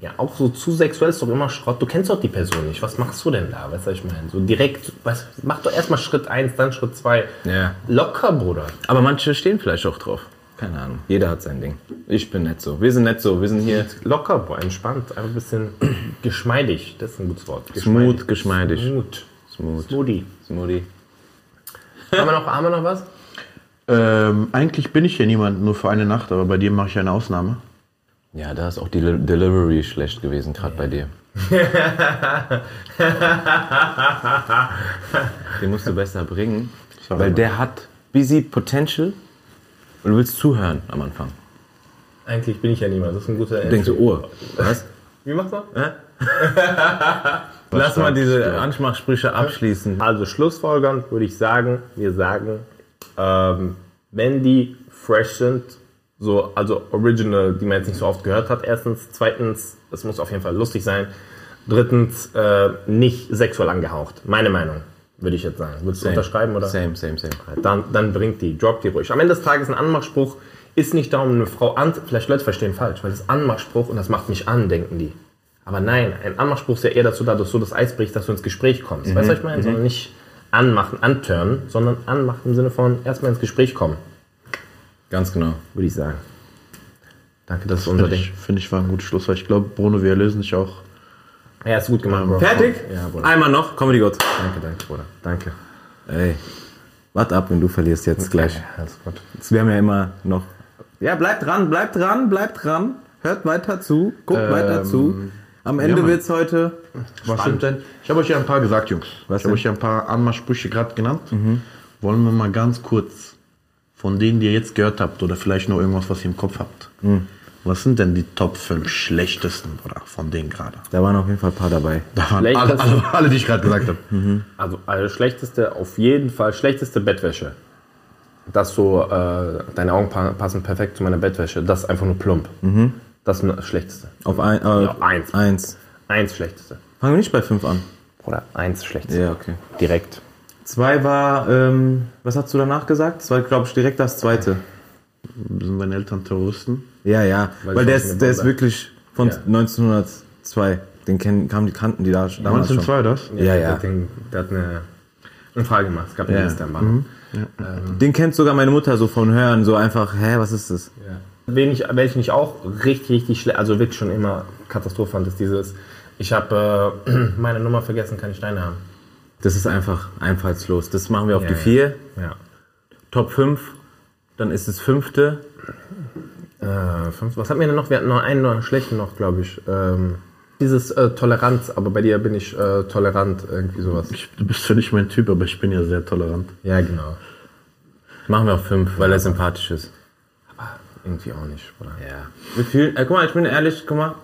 S2: Ja, auch so zu sexuell ist doch immer Schrott. Du kennst doch die Person nicht. Was machst du denn da? Weißt du, was ich meine? So direkt, was, mach doch erstmal Schritt 1, dann Schritt 2.
S3: Ja.
S2: Locker, Bruder.
S3: Aber manche stehen vielleicht auch drauf. Keine Ahnung. Jeder hat sein Ding. Ich bin nett so. Wir sind nett so. Wir sind hier
S2: Locker, Bruder. Entspannt. Einfach ein bisschen geschmeidig. Das ist ein gutes Wort.
S3: smooth, geschmeidig.
S2: Smooth.
S3: Smooth.
S2: Smoothie.
S3: Smoothie.
S2: haben, wir noch, haben wir noch was?
S4: Ähm, eigentlich bin ich hier niemand, nur für eine Nacht, aber bei dir mache ich eine Ausnahme.
S3: Ja, da ist auch die Li- Delivery schlecht gewesen, gerade bei dir. Den musst du besser bringen, weil der hat busy Potential und du willst zuhören am Anfang.
S2: Eigentlich bin ich ja niemand. Das ist ein guter
S3: Du denkst so, oh, was?
S2: Wie macht's man?
S3: Lass mal diese Anschmachsprüche abschließen.
S2: Also schlussfolgernd würde ich sagen, wir sagen, ähm, wenn die fresh sind, so, also original, die man jetzt nicht so oft gehört hat, erstens, zweitens, es muss auf jeden Fall lustig sein, drittens, äh, nicht sexuell angehaucht, meine Meinung, würde ich jetzt sagen. Würdest du unterschreiben oder?
S3: Same, same, same.
S2: Dann, dann bringt die, drop die ruhig. Am Ende des Tages ein Anmachspruch ist nicht darum, eine Frau an, vielleicht Leute verstehen falsch, weil das ist Anmachspruch und das macht mich an, denken die. Aber nein, ein Anmachspruch ist ja eher dazu da, dass du das Eis brichst, dass du ins Gespräch kommst. Weißt du, was ich meine? Sondern nicht anmachen, anturnen, sondern anmachen im Sinne von erstmal ins Gespräch kommen,
S3: Ganz genau.
S2: würde ich sagen. Danke, das ist unser
S4: Finde
S2: Ding.
S4: ich, finde ich war ein gutes Schlusswort. Ich glaube, Bruno, wir erlösen dich auch.
S2: Ja, Ah. hast du gut gemacht, Bro.
S3: Fertig?
S2: Ja, Bruder.
S3: Einmal noch, Comedy Gott.
S2: Danke, danke, Bruder. Danke.
S3: Ey, wart ab, wenn du verlierst jetzt gleich.
S2: Ja, alles gut.
S3: Wir haben ja immer noch. Ähm, Ja, bleibt dran, bleibt dran, bleibt dran. Hört weiter zu, guckt weiter zu. Am Ende
S4: Mann.
S3: wird's heute.
S4: Was sind denn? Ich habe euch ja ein paar gesagt, Jungs.
S3: Was
S4: ich
S3: denn?
S4: habe euch ja ein paar Anmachsprüche gerade genannt. Wollen wir mal ganz kurz von denen, die ihr jetzt gehört habt, oder vielleicht noch irgendwas, was ihr im Kopf habt. Was sind denn die Top 5 schlechtesten, Bruder, von denen gerade?
S3: Da waren auf jeden Fall ein paar dabei.
S4: Da waren
S2: Schlechteste-
S4: alle, alle, alle, die ich gerade gesagt habe.
S2: Also, also schlechteste, auf jeden Fall schlechteste Bettwäsche. Das so, äh, deine Augen pa passen perfekt zu meiner Bettwäsche. Das ist einfach nur plump.
S3: Mhm.
S2: Das ist das schlechteste.
S3: Auf ein, äh,
S2: Ja, eins.
S3: eins.
S2: Eins schlechteste.
S3: Fangen wir nicht bei fünf an.
S2: Oder eins schlechteste.
S3: okay.
S2: Direkt.
S3: Zwei war, ähm, was hast du danach gesagt? Zwei, glaube ich, direkt das zweite.
S4: Sind meine Eltern Terroristen?
S3: Ja, ja.
S2: Weil
S3: Weil,
S2: die
S3: der,
S2: schon
S3: ist, der ist
S2: Bombe.
S3: wirklich von
S2: Ja.
S3: 1902. Den kennen, kamen die Kanten, die da schon- damals schon.
S4: 1902 das?
S3: Ja, ja.
S2: Der, Ding, der hat eine, eine Frage gemacht. Es gab eine
S3: Ja. Mhm.
S2: Liste am Band.
S3: Den kennt sogar meine Mutter so von Hören, so einfach, hä, was ist das?
S2: Ja. Wen ich, welchen ich auch richtig, richtig schlecht, also wirklich schon immer Katastrophe fand, ist dieses, ich habe äh, meine Nummer vergessen, kann ich deine haben.
S3: Das ist einfach einfallslos. Das machen wir auf
S2: Ja,
S3: die
S2: ja.
S3: vier.
S2: Ja.
S3: Top 5, dann ist es fünfte.
S2: Äh, fünf, was hatten wir denn noch? Wir hatten noch einen, noch einen schlechten noch, glaube ich. Ähm, dieses äh, Toleranz, aber bei dir bin ich äh, tolerant, irgendwie sowas.
S4: Ich, du bist ja nicht mein Typ, aber ich bin ja sehr tolerant.
S2: Ja, genau.
S3: Machen wir auf fünf, weil er sympathisch ist.
S2: Ah, Irgendwie auch nicht, oder?
S3: Ja. Wir fühlen, äh, guck mal, ich bin ehrlich, guck mal,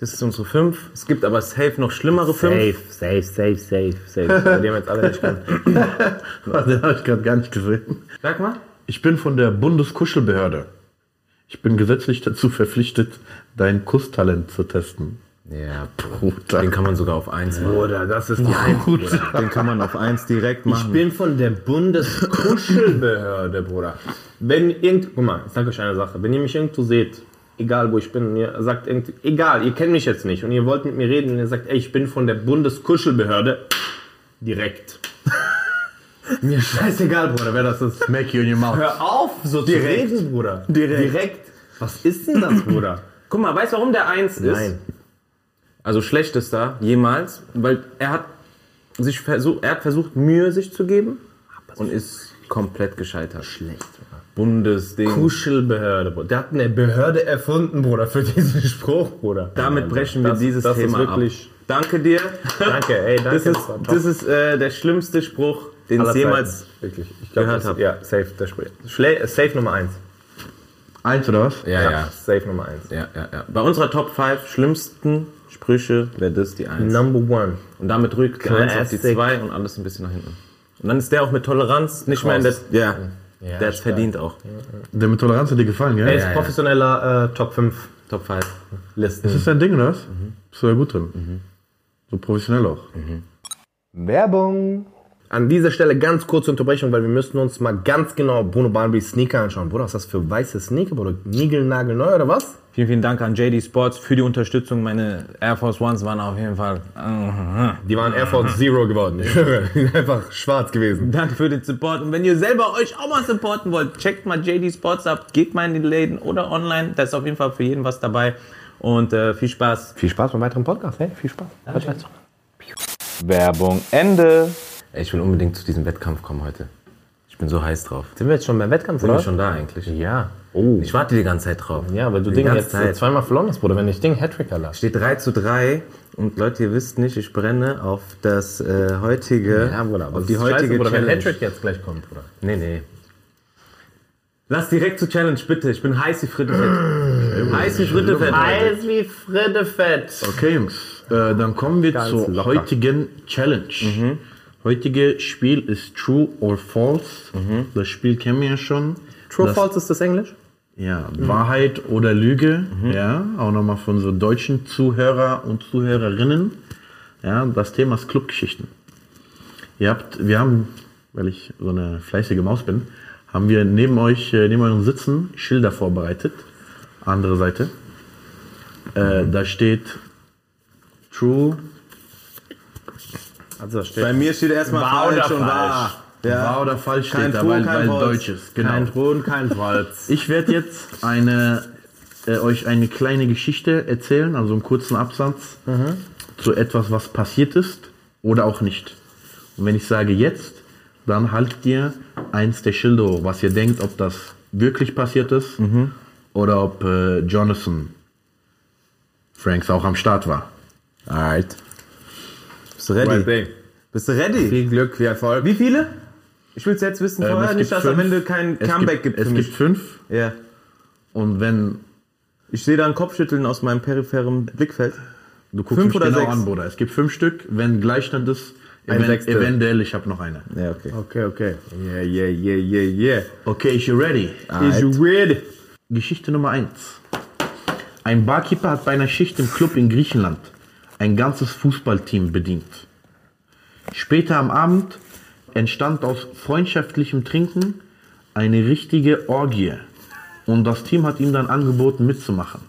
S3: das ist unsere fünf. Es gibt aber safe noch schlimmere fünf.
S2: Safe, safe, safe, safe, safe. Bei dem jetzt alle nicht kann.
S4: Den habe ich gerade gar nicht gesehen.
S3: Sag mal.
S4: Ich bin von der Bundeskuschelbehörde. Ich bin gesetzlich dazu verpflichtet, dein Kusstalent zu testen.
S3: Ja,
S4: Bruder.
S3: den kann man sogar auf eins machen.
S2: Oder das ist die Ein
S4: Bruder.
S3: Den kann man auf eins direkt
S2: Ich
S3: machen.
S2: bin von der Bundeskuschelbehörde, Bruder. Wenn irgend, guck mal, ich sag euch eine Sache. Wenn ihr mich irgendwo seht, egal wo ich bin, und ihr sagt irgend, egal, ihr kennt mich jetzt nicht und ihr wollt mit mir reden und ihr sagt, ey, ich bin von der Bundeskuschelbehörde, direkt. mir scheißegal, Bruder, wer das ist.
S4: Smack you in your mouth.
S2: Hör auf, so
S3: Direkt.
S2: zu reden, Bruder.
S3: Direkt.
S2: direkt. Was ist denn das, Bruder?
S3: Guck mal, weißt du, warum der eins ist? Also schlechtester jemals, weil er hat sich versucht, er hat versucht, Mühe sich zu geben und ist komplett gescheitert. Schlecht. Bundesding.
S2: Kuschelbehörde, Bruder. Der hat eine Behörde erfunden, Bruder, für diesen Spruch, Bruder.
S3: Damit brechen wir
S2: Das-
S3: dieses
S2: das ist
S3: Thema
S2: wirklich-
S3: ab. Danke dir.
S2: Danke, ey, danke.
S3: Das ist,
S2: war top.
S3: das ist äh, der schlimmste Spruch, den
S2: Aller
S3: es
S2: Zeiten.
S3: jemals.
S2: wirklich ich glaub,
S3: gehört
S2: das-
S3: hab.
S2: Ja, safe, der Spr Schle äh, safe Nummer 1.
S4: Eins oder was?
S3: Ja,
S2: Safe Nummer 1.
S3: ja, ja, ja. Bei unserer Top 5 schlimmsten Sprüche wäre das die 1.
S2: Number 1.
S3: Und damit rückt die 1 auf die
S2: Classic.
S3: 2 und alles ein bisschen nach hinten. Und dann ist der auch mit Toleranz nicht mehr in der. Ja,
S2: Ja,
S3: der ist
S2: stark.
S3: verdient auch.
S4: Der mit Toleranz hat dir gefallen, gell?
S2: Er ist professioneller äh, Top 5.
S3: Top 5
S4: Ist
S3: Listen.
S4: das dein Ding oder was? Bist du ja gut drin. So professionell auch.
S2: Werbung. An dieser Stelle ganz kurze Unterbrechung, weil wir müssen uns mal ganz genau Bruno Barnaby Sneaker anschauen. Bruder, was ist das für weiße Sneaker? Bruder, niegelnagelneu oder was?
S3: Vielen, vielen Dank an JD Sports für die Unterstützung. Meine Air Force Ones waren auf jeden Fall. äh,
S2: Die waren Air Force Zero geworden. Ich höre, die sind einfach schwarz gewesen.
S3: Danke für den Support. Und wenn ihr selber euch auch mal supporten wollt, checkt mal JD Sports ab, geht mal in die Läden oder online. Da ist auf jeden Fall für jeden was dabei. Und äh, viel Spaß.
S2: Viel Spaß beim weiteren Podcast. Hey, viel Spaß.
S3: Werbung Ende. Ich will unbedingt zu diesem Wettkampf kommen heute. Ich bin so heiß drauf.
S2: Sind wir jetzt schon beim Wettkampf,
S3: Sind wir
S2: oder?
S3: schon da eigentlich?
S2: Ja. Oh.
S3: Ich warte die ganze Zeit drauf.
S2: Ja, weil du
S3: Die
S2: Ding
S3: ganze
S2: jetzt
S3: Zeit.
S2: zweimal verloren hast, Bruder. Wenn ich Ding Hattrick erlasse.
S3: Steht 3 zu 3 und Leute, ihr wisst nicht, ich brenne auf das äh, heutige, auf die heutige Challenge.
S2: jetzt gleich kommt, Bruder.
S3: Nee, nee. Lass direkt zur Challenge, bitte. Ich bin heiß wie Frittefett. heiß wie Frittefett. Leute.
S2: Heiß wie Frittefett.
S4: Okay, Jungs. Äh, dann kommen wir
S2: Ganz
S4: zur
S2: locker.
S4: heutigen Challenge. Heutige Spiel ist True or False. Das Spiel kennen wir ja schon.
S2: True
S4: das,
S2: False ist das Englisch?
S4: Ja,
S3: Mhm.
S4: Wahrheit oder Lüge. Ja, auch nochmal für unsere deutschen Zuhörer und Zuhörerinnen. Ja, das Thema ist Clubgeschichten. Ihr habt, wir haben, weil ich so eine fleißige Maus bin, haben wir neben euch, äh, neben euren Sitzen Schilder vorbereitet. Andere Seite. Äh,
S3: Mhm.
S4: da steht True,
S2: Also steht
S3: Bei mir steht erstmal
S2: Wahr
S3: falsch
S2: oder
S3: und wahr.
S4: wahr oder falsch steht
S3: Kein
S4: da,
S3: True,
S4: weil,
S3: kein
S4: weil
S3: False.
S4: Deutsches. Genau.
S2: kein Thron, kein Walz.
S4: Ich werde jetzt eine, äh, euch eine kleine Geschichte erzählen, also einen kurzen Absatz zu etwas, was passiert ist oder auch nicht. Und wenn ich sage jetzt, dann haltet ihr eins der Schilder hoch, was ihr denkt, ob das wirklich passiert ist oder ob äh, Jonathan Franks auch am Start war.
S3: Alright. Bist du ready? Bist du ready?
S2: Viel Glück, viel Erfolg.
S3: Wie viele? Ich will's jetzt wissen
S4: Ähm,
S3: vorher,
S4: es
S3: nicht,
S4: gibt
S3: dass am
S4: fünf.
S3: Ende kein
S4: Es
S3: Comeback
S4: gibt,
S3: gibt,
S4: es
S3: für
S4: gibt
S3: mich.
S4: fünf
S3: Ja.
S4: und wenn
S3: Ich sehe da ein Kopfschütteln aus meinem peripheren Blickfeld.
S4: du guckst
S3: Fünf
S4: mich
S3: oder
S4: genau
S3: sechs?
S4: an, Bruder. Es gibt fünf Stück, wenn Gleichstand ist,
S2: Ein
S4: even-
S2: Sechstel.
S4: eventuell, ich habe noch eine.
S3: Ja, okay.
S2: Okay, okay. Yeah, yeah, yeah, yeah, yeah.
S4: Okay, ich bin ready.
S2: Is you ready?
S4: Geschichte Nummer 1. Ein Barkeeper hat bei einer Schicht im Club in Griechenland ein ganzes Fußballteam bedient. Später am Abend entstand aus freundschaftlichem Trinken eine richtige Orgie und das Team hat ihm dann angeboten mitzumachen.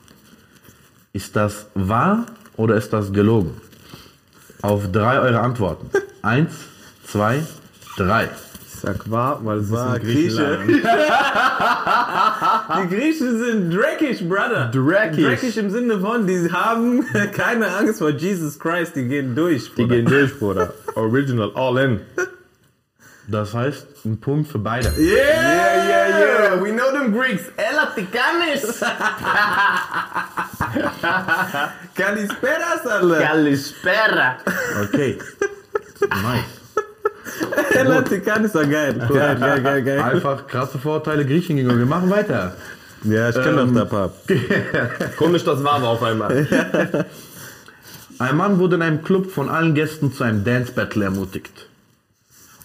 S4: Ist das wahr oder ist das gelogen? Auf drei eure Antworten. Eins, zwei, drei.
S1: Ich sag wahr, weil es war
S3: Die Griechen sind dreckig, Brother.
S2: Dreckig.
S3: Dreckig im Sinne von, die haben keine Angst vor Jesus Christ, die gehen durch.
S2: Die gehen durch, Bruder. Original, all in.
S4: Das heißt, ein Punkt für beide.
S3: Yeah, yeah, yeah. We know them Greeks. Ella Tikanis. Kalisperas, Alter.
S2: Galispera.
S4: Okay. Nice.
S3: Ella Tikanis war oh, geil. Geil, geil, geil, geil.
S4: Einfach krasse Vorteile Griechen gegenüber. Wir machen weiter.
S3: Ja, ich kenne doch da paar.
S2: Komisch, das war aber auf einmal.
S4: Ein Mann wurde in einem Club von allen Gästen zu einem Dance Battle ermutigt.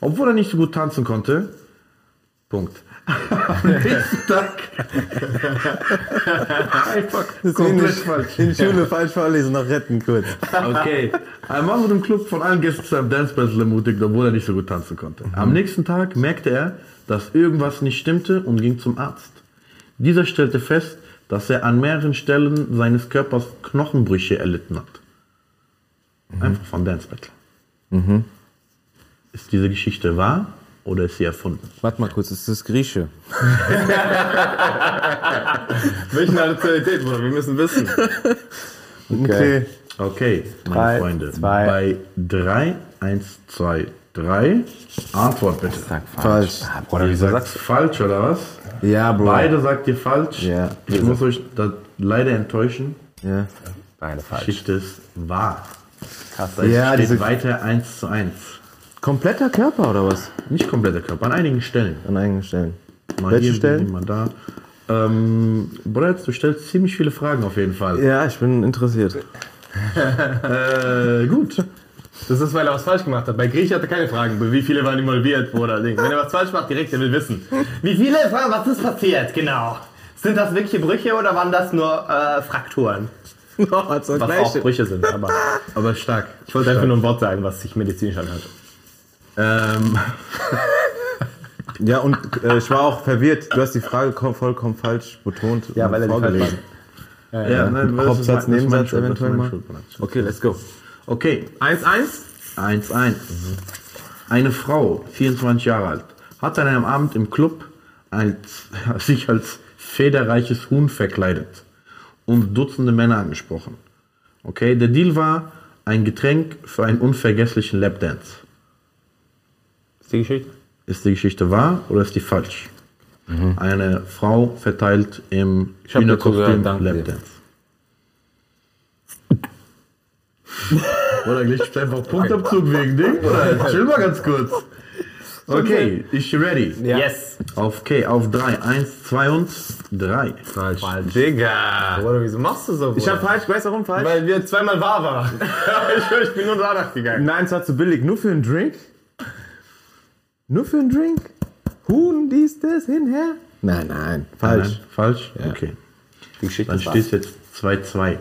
S4: Obwohl er nicht so gut tanzen konnte. Punkt. Am nächsten Tag. Einfach komplett falsch.
S3: In Schule falsch vorlesen, noch retten kurz.
S4: Okay. Ein Mann wurde im Club von allen Gästen zu einem Dance Battle ermutigt, obwohl er nicht so gut tanzen konnte.
S1: Mhm.
S4: Am nächsten Tag merkte er, dass irgendwas nicht stimmte und ging zum Arzt. Dieser stellte fest, dass er an mehreren Stellen seines Körpers Knochenbrüche erlitten hat.
S1: Mhm.
S4: Einfach vom Dance Battle. Ist diese Geschichte wahr oder ist sie erfunden?
S3: Warte mal kurz, ist das Grieche?
S2: Welche Nationalität, Bruder? Wir müssen wissen.
S3: Okay.
S4: Okay, meine
S1: Drei,
S4: Freunde.
S1: zwei.
S4: Bei 3, 1, 2, 3. Antwort bitte.
S3: Falsch.
S4: Oder wie sagst falsch oder was?
S3: Ah, Ja, Bro.
S4: Beide sagt ihr falsch.
S3: Ja.
S4: Ich muss euch da leider enttäuschen.
S3: Ja,
S2: Beide falsch.
S4: Geschichte ist wahr.
S2: Krass,
S4: Es
S3: ja
S4: steht
S3: diese
S4: weiter 1 zu 1.
S3: kompletter Körper oder was?
S4: Nicht kompletter Körper, an einigen Stellen.
S3: An eigenen Stellen.
S4: Mal
S3: Welche
S4: hier,
S3: Stellen?
S4: Mal da. Ähm, Bruder, du stellst ziemlich viele Fragen auf jeden Fall.
S3: Ja, ich bin interessiert.
S4: Äh, gut.
S2: Das ist, weil er was falsch gemacht hat. Bei Griech hatte keine Fragen. Bei Wie viele waren involviert, Bruder? Ding. Wenn er was falsch macht, direkt, er will wissen. Wie viele Fragen, was ist passiert? Genau. Sind das wirkliche Brüche oder waren das nur äh, Frakturen?
S3: No, so
S2: Was auch Brüche sind, aber
S4: Aber stark.
S2: ich wollte einfach nur ein Wort sagen, was ich medizinisch anhalte.
S4: Ähm,
S3: Ja, und äh, ich war auch verwirrt. Du hast die Frage kom- vollkommen falsch betont. und vorgelesen.
S4: ja, nein, das ist
S3: Hauptsatz,
S4: mein- das
S3: Nebensatz
S4: ist mein Schuld, das ist
S3: eventuell
S4: mein
S3: mal.
S4: Schuld, Bruder.
S3: Okay, let's go.
S4: Okay,
S2: 1-1?
S4: 1-1. Eine Frau, 24 Jahre alt, hat an einem Abend im Club als, sich als federreiches Huhn verkleidet und Dutzende Männer angesprochen. Okay, der Deal war ein Getränk für einen unvergesslichen Lapdance.
S2: Ist die Geschichte?
S4: Ist die Geschichte wahr oder ist die falsch? Eine Frau verteilt im
S3: hab dir zugehört, danke dir.
S4: Lapdance. Oder gleich einfach Punktabzug wegen Ding, oder? Chill mal ganz kurz. Okay, ich ready.
S2: Yes.
S4: Auf, okay, auf 3. 1, 2 und 3.
S2: Falsch. Digga. Bruder, wieso machst du so, Bruder?
S3: Ich hab falsch, weißt du warum falsch?
S2: Weil wir zweimal wahr waren. ich, schwör, ich bin nur danach gegangen.
S3: Nein, es war zu billig. Nur für einen Drink? Nur für einen Drink? Huhn, dies, das, hinher? Nein, nein. Falsch.
S4: Nein, falsch? Okay.
S2: Die Geschichte
S4: Dann steht jetzt 2, 2.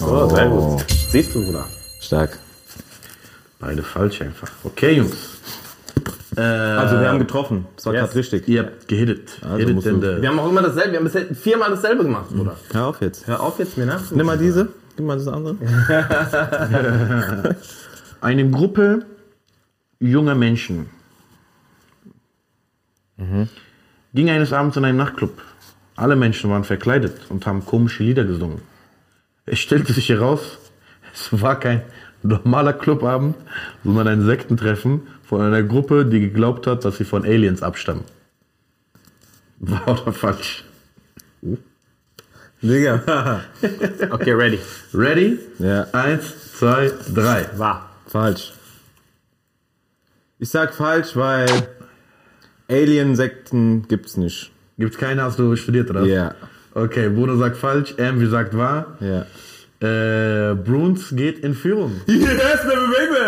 S2: Oh, sehr gut. Siehst du, Bruder?
S3: Stark.
S4: Beide falsch einfach. Okay, Jungs.
S3: Also wir haben getroffen. Das war
S2: Yes.
S3: gerade richtig.
S4: Ihr habt gehittet.
S3: musst
S4: Hitted in
S3: du-
S4: the-
S2: Wir haben auch immer dasselbe, wir haben bisher viermal dasselbe gemacht, Bruder.
S3: Hör auf jetzt.
S2: Hör auf jetzt mir nach.
S3: Nimm mal diese. Nimm mal das andere.
S4: eine Gruppe junger Menschen ging eines Abends in einen Nachtclub. Alle Menschen waren verkleidet und haben komische Lieder gesungen. Es stellte sich heraus, es war kein normaler Clubabend, sondern ein Sektentreffen von einer Gruppe, die geglaubt hat, dass sie von Aliens abstammen. War oder falsch?
S3: Digga.
S2: Okay, ready.
S4: Ready?
S3: Ja.
S4: Eins, zwei, drei.
S2: War.
S3: Falsch. Ich sag falsch, weil Alien-Sekten gibt's nicht.
S4: Gibt's keine, hast du studiert, oder? was?
S3: Ja,
S4: Okay, Bruno sagt falsch, Amvi sagt wahr.
S3: ja.
S4: Äh, Bruns geht in Führung.
S2: Yes, baby!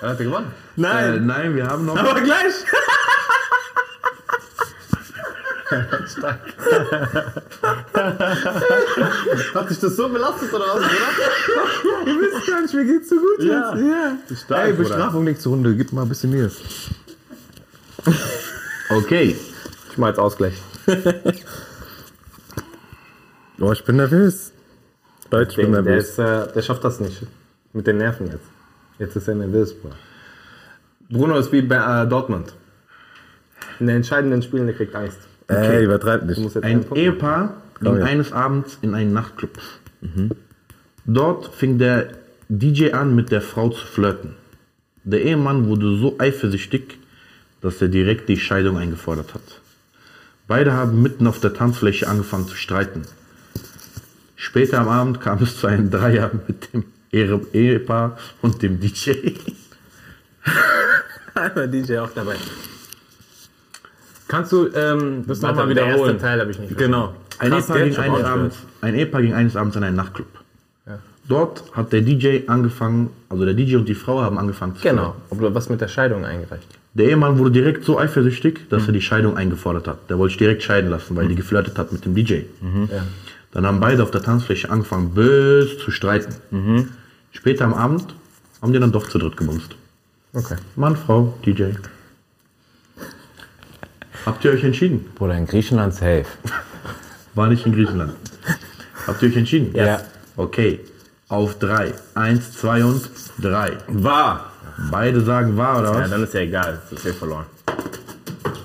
S4: Hat er gewonnen? Äh,
S2: Nein,
S4: nein, wir haben noch.
S2: aber gleich. Hat sich das so belastet oder was?
S3: Ihr wisst gar nicht, mir geht's so gut
S2: Ja.
S3: jetzt. Ja. Ey, Bestrafung nächste Runde, gib mal ein bisschen Mühe.
S4: Okay.
S2: Ich mach jetzt Ausgleich.
S3: Oh, ich bin nervös. Leute, ich bin
S2: Der, der,
S3: nervös.
S2: ist, äh, der schafft das nicht. Mit den Nerven jetzt. Jetzt ist er nervös, Bruder. Bruno ist wie bei äh, Dortmund. In den entscheidenden Spielen, der kriegt Angst.
S3: Ey, übertreib nicht.
S2: Muss jetzt einen
S4: Ein
S2: Punkt machen.
S4: Ehepaar ging
S3: ja.
S4: eines Abends in einen Nachtclub. Dort fing der DJ an, mit der Frau zu flirten. Der Ehemann wurde so eifersüchtig, dass er direkt die Scheidung eingefordert hat. Beide haben mitten auf der Tanzfläche angefangen zu streiten. Später am Abend kam es zu einem Dreier mit dem Ehe- Ehepaar und dem DJ.
S2: Einmal DJ auch dabei. Kannst du ähm, das
S3: noch mal wiederholen?
S2: Der erste Teil habe ich nicht.
S3: Genau.
S4: Ein
S3: Krass,
S4: Ehepaar,
S3: Geld
S4: ging
S3: schon
S4: eines
S3: ausgehört.
S4: Abends, ein Ehepaar ging eines Abends in einen Nachtclub. Dort hat der DJ angefangen, also der DJ und die Frau haben angefangen zu
S2: Genau.
S4: flirten.
S2: Obwohl was mit der Scheidung eingereicht.
S4: Der Ehemann wurde direkt so eifersüchtig,
S2: Mhm.
S4: dass er die Scheidung eingefordert hat. Der wollte sich direkt scheiden lassen, weil die geflirtet hat mit dem DJ.
S2: Mhm. Ja.
S4: Dann haben beide auf der Tanzfläche angefangen, bös zu streiten.
S2: Mhm.
S4: Später am Abend haben die dann doch zu dritt gebumst.
S2: Okay.
S4: Mann, Frau, DJ. Habt ihr euch entschieden?
S5: Bruder, in Griechenland safe.
S4: War nicht in Griechenland. Habt ihr euch entschieden?
S5: Ja.
S4: Okay. Auf drei. Eins, zwei und drei.
S2: War.
S4: Beide sagen wahr, oder
S2: Ja,
S4: was?
S2: dann ist ja egal. Das ist ja verloren.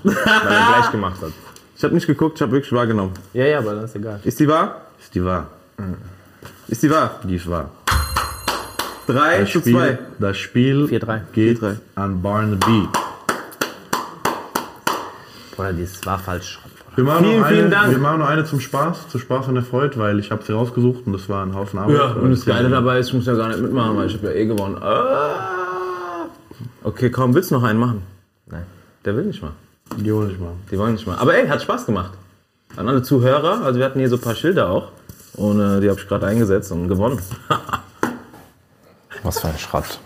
S2: Weil er gleich gemacht hat.
S3: Ich habe nicht geguckt, ich habe wirklich wahrgenommen.
S2: Ja, ja, aber dann ist egal.
S3: Ist die wahr?
S4: Ist die wahr?
S3: Ist die wahr?
S4: Die ist wahr.
S3: 3
S4: Das
S3: zu
S4: Spiel,
S3: 2.
S4: das Spiel
S2: 4-3.
S4: geht
S3: 4-3.
S4: an Barnaby.
S2: Oder das war falsch.
S4: Wir machen,
S2: Vielen,
S4: noch eine,
S2: vielen Dank.
S4: wir machen noch eine zum Spaß, zu Spaß und Erfreut, weil ich habe sie rausgesucht und das war ein Haufen Arbeit.
S5: Ja, und das
S4: Deswegen-
S5: Geile dabei ist, ich muss ja gar nicht mitmachen, weil ich habe ja eh gewonnen. Ah.
S3: Okay, komm, willst du noch einen machen?
S5: Nein, der will nicht mal.
S4: Die hol ich mal.
S5: Die wollen nicht mal. Aber ey, hat Spaß gemacht. An alle Zuhörer, also wir hatten hier so ein paar Schilder auch. Und äh, die habe ich gerade eingesetzt und gewonnen.
S1: Was für ein Schrott.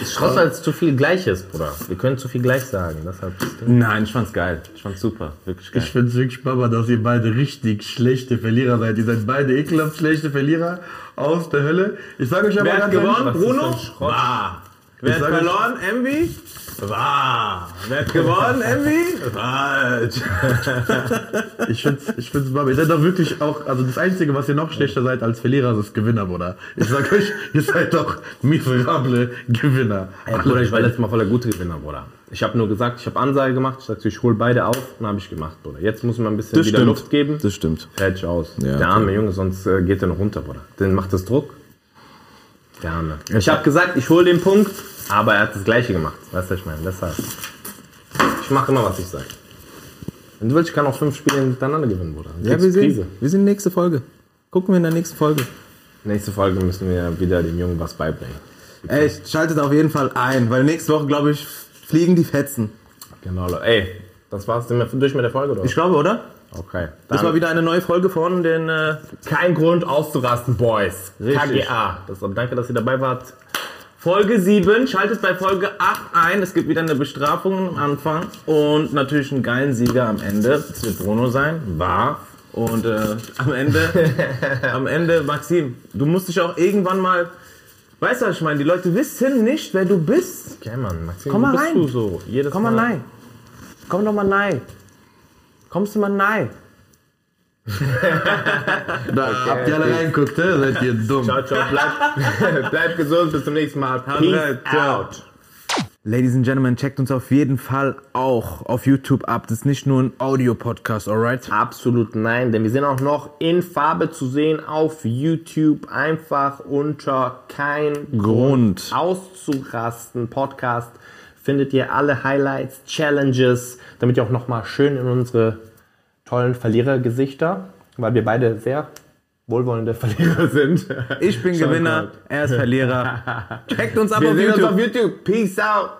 S2: Ist Schrott
S5: halt
S2: als zu viel Gleiches, Bruder. Wir können zu viel gleich sagen. Deshalb das Ding.
S5: Nein, ich fand's geil. Ich fand's super. Wirklich geil.
S4: Ich find's wirklich Baba, dass ihr beide richtig schlechte Verlierer seid. Ihr seid beide ekelhaft schlechte Verlierer aus der Hölle. Ich sage euch aber
S5: Wer hat
S4: ganz ehrlich,
S5: gewonnen? Bruno? War. Wer hat
S4: sag euch-
S5: verloren? Envy? War. Wer hat gewonnen? Envy? Falsch.
S4: Ich find's, ich find's Baba. Ihr seid doch wirklich auch, also das Einzige, was ihr noch schlechter seid als Verlierer, ist Gewinner, Bruder. Ich sag euch, ihr seid doch miserable Gewinner.
S2: Ey, Bruder, ich war letztes Mal voller gute Gewinner, Bruder. Ich habe nur gesagt, ich habe Ansage gemacht. Ich sagte, ich hole beide auf. Dann habe ich gemacht, Bruder. Jetzt muss man ein bisschen
S3: Das
S2: wieder
S3: stimmt.
S2: Luft geben.
S3: Das stimmt.
S2: Fertig aus.
S3: Ja,
S2: der arme
S3: okay.
S2: Junge, sonst äh, geht er noch runter, Bruder. Dann macht das Druck. Der arme. Ich habe gesagt, ich hole den Punkt, aber er hat das Gleiche gemacht. Weißt du, was ich meine? Deshalb. Ich mache immer, was ich sage. Wenn du willst, ich kann auch fünf Spiele hintereinander gewinnen, Bruder. Dann
S3: Ja,
S2: kriegst
S3: wir
S2: du Krise.
S3: sehen. Wir sehen nächste Folge. Gucken wir in der nächsten Folge.
S2: Nächste Folge müssen wir wieder dem Jungen was beibringen.
S3: Echt, schaltet auf jeden Fall ein, weil nächste Woche, glaube ich, fliegen die Fetzen.
S2: Genau, Leute. Ey, das war's. Sind wir durch mit der Folge, oder?
S3: Ich glaube, oder?
S2: Okay.
S3: Das war
S2: Dann
S3: wieder eine neue Folge von den. Äh,
S2: kein Grund auszurasten, Boys.
S3: Richtig.
S2: KGA. Das, danke, dass ihr dabei wart.
S5: Folge 7, schaltet bei Folge 8 ein. Es gibt wieder eine Bestrafung am Anfang und natürlich einen geilen Sieger am Ende. Das wird Bruno sein, war. Und äh, am Ende, am Ende, Maxim, du musst dich auch irgendwann mal. Weißt du, was ich meine? Die Leute wissen nicht, wer du bist.
S2: Okay, Mann. Maxim,
S5: Komm
S2: wo
S5: mal
S2: bist
S5: rein.
S2: du so? Jedes
S5: Komm mal nein. Komm doch mal nein. Kommst du mal nein?
S4: Da habt ihr alle reinguckt,
S3: ne?
S4: hä? seid ihr dumm.
S2: Ciao, ciao. Bleib, bleib gesund. Bis zum nächsten Mal. Peace out.
S3: Ladies and Gentlemen, checkt uns auf jeden Fall auch auf YouTube ab. Das ist nicht nur ein Audio-Podcast, alright?
S2: Absolut nein, denn wir sind auch noch in Farbe zu sehen auf YouTube. Einfach unter kein
S3: Grund.
S2: auszurasten Podcast findet ihr alle Highlights, Challenges, damit ihr auch nochmal schön in unsere tollen Verlierergesichter, weil wir beide sehr wohlwollende Verlierer sind.
S3: Ich bin Gewinner, er ist Verlierer. Checkt uns ab
S2: Wir
S3: auf
S2: sehen uns
S3: YouTube.
S2: auf YouTube. Peace out.